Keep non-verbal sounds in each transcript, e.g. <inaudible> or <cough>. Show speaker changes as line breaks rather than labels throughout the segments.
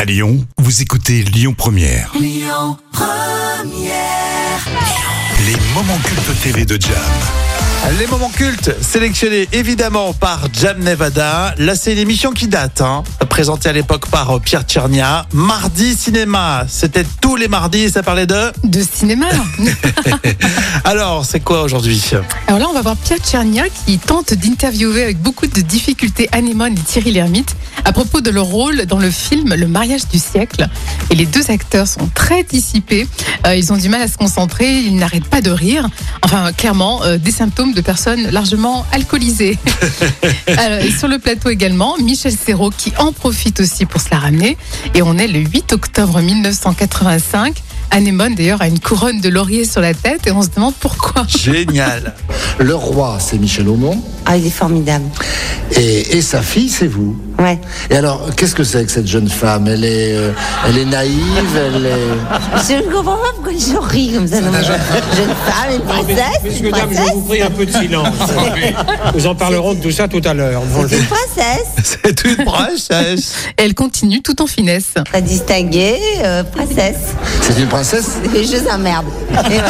À Lyon, vous écoutez Lyon Première. Les moments cultes TV de Jam.
Les moments cultes, sélectionnés évidemment par Jam Nevada. Là, c'est une émission qui date, hein, présentée à l'époque par euh, Pierre Tchernia. Mardi cinéma, c'était tous les mardis et ça parlait de...
De cinéma.
Alors, c'est quoi aujourd'hui
Alors là, on va voir Pierre Tchernia qui tente d'interviewer avec beaucoup de difficultés Anémone et Thierry Lhermitte à propos de leur rôle dans le film Le mariage du siècle. Et les deux acteurs sont très dissipés. Euh, ils ont du mal à se concentrer. Ils n'arrêtent pas de rire. Enfin, clairement, euh, des symptômes de personnes largement alcoolisées. Alors, et sur le plateau également, Michel Serrault qui en profite aussi pour se la ramener. Et on est le 8 octobre 1985. Anémone d'ailleurs a une couronne de laurier sur la tête et on se demande pourquoi.
<laughs>
Génial
Le roi, c'est Michel Aumont,
Ah, il est formidable.
et, et sa fille, c'est vous.
Ouais.
Et alors, qu'est-ce que c'est que cette jeune femme Elle est, euh, elle est naïve, elle est...
Je ne comprends pas pourquoi je ris comme ça. Non, jeune femme, une princesse, une
Messieurs, dames, je
princesse,
vous prie un peu
<laughs>
de silence. Nous en parlerons de tout ça tout à l'heure. devant le
une princesse.
C'est une
<laughs>
princesse
Elle continue tout en finesse.
Très distinguée, euh, princesse.
C'est une princesse
Les jeux emmerdent. Et voilà.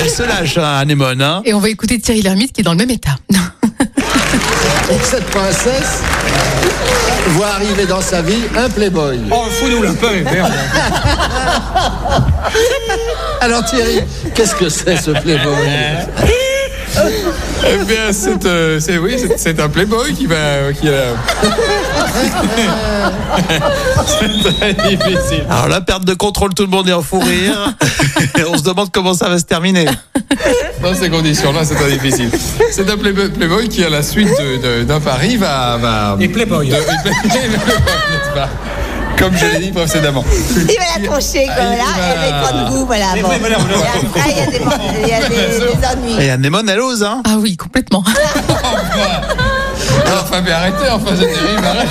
Elle se lâche, hein, Anémone. hein.
Et on va écouter Thierry Lhermitte qui est dans le même état. <laughs>
Et cette princesse voit arriver dans sa vie un playboy.
Oh, fous-nous la paix, merde.
Alors Thierry, qu'est-ce que c'est ce playboy
Eh bien, c'est euh, c'est- oui, c'est- c'est un playboy qui va euh, qui a- c'est très difficile.
Alors la perte de contrôle, tout le monde est en fou
<laughs>
rire. Et on se demande comment ça va se terminer.
Dans ces conditions-là, c'est très difficile. C'est un playboy, playboy qui, à la suite de- de- d'un pari, va va.
Les Playboy.
de- il play- n'est-ce pas Comme je l'ai dit précédemment.
Il va la trancher, quoi,
Ah, il
là.
va-
Elle va prendre goût, voilà.
Mais
bon.
oui, voilà, voilà.
Et après, il y a des, il y a des- des ennuis.
Et Anémone, elle ose, hein
Ah oui, complètement.
Alors, Ah, Enfin, mais arrêtez, enfin, c'est terrible. arrêtez.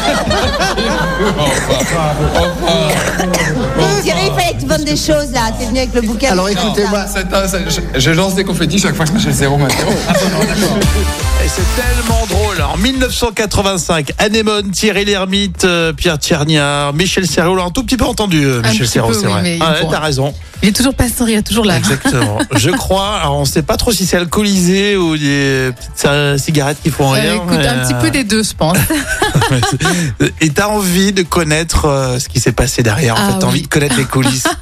Enfin, enfin.
Thierry, il fallait que tu vendes des choses, là. T'es venu avec le bouquin.
Alors écoutez-moi,
C'est un- c'est- je- je lance des confettis chaque fois que Michel Zéro m'interroge.
Et c'est tellement drôle. En 1985, Anémone, Thierry Lhermitte, euh, Pierre Tchernia, Michel Serrault. On l'a un tout petit peu entendu, euh,
Un
Michel
petit
Serrault,
peu,
c'est
oui,
vrai.
mais il
Ah ouais,
pourra.
t'as raison.
Il est toujours pas sans rire, toujours là.
Exactement. Je crois, alors on sait pas trop si c'est alcoolisé ou des petites euh, cigarettes qui font
Euh,
rire.
écoute,
mais,
un petit peu des deux, je pense.
euh, <laughs> Et t'as envie de connaître euh, ce qui s'est passé derrière. En
Ah
fait, t'as
oui.
envie de connaître les coulisses.
<laughs>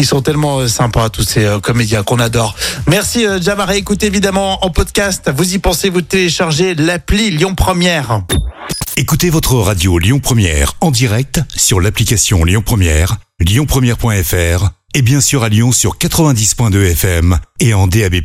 Ils sont tellement euh, sympas, tous ces euh, comédiens qu'on adore. Merci, euh, Jam, à réécouter, évidemment en podcast. Vous y pensez, vous téléchargez l'appli Lyon Première.
Écoutez votre radio Lyon Première en direct sur l'application Lyon Première, lyonpremière.fr et bien sûr à Lyon sur 90.2 FM et en DAB+.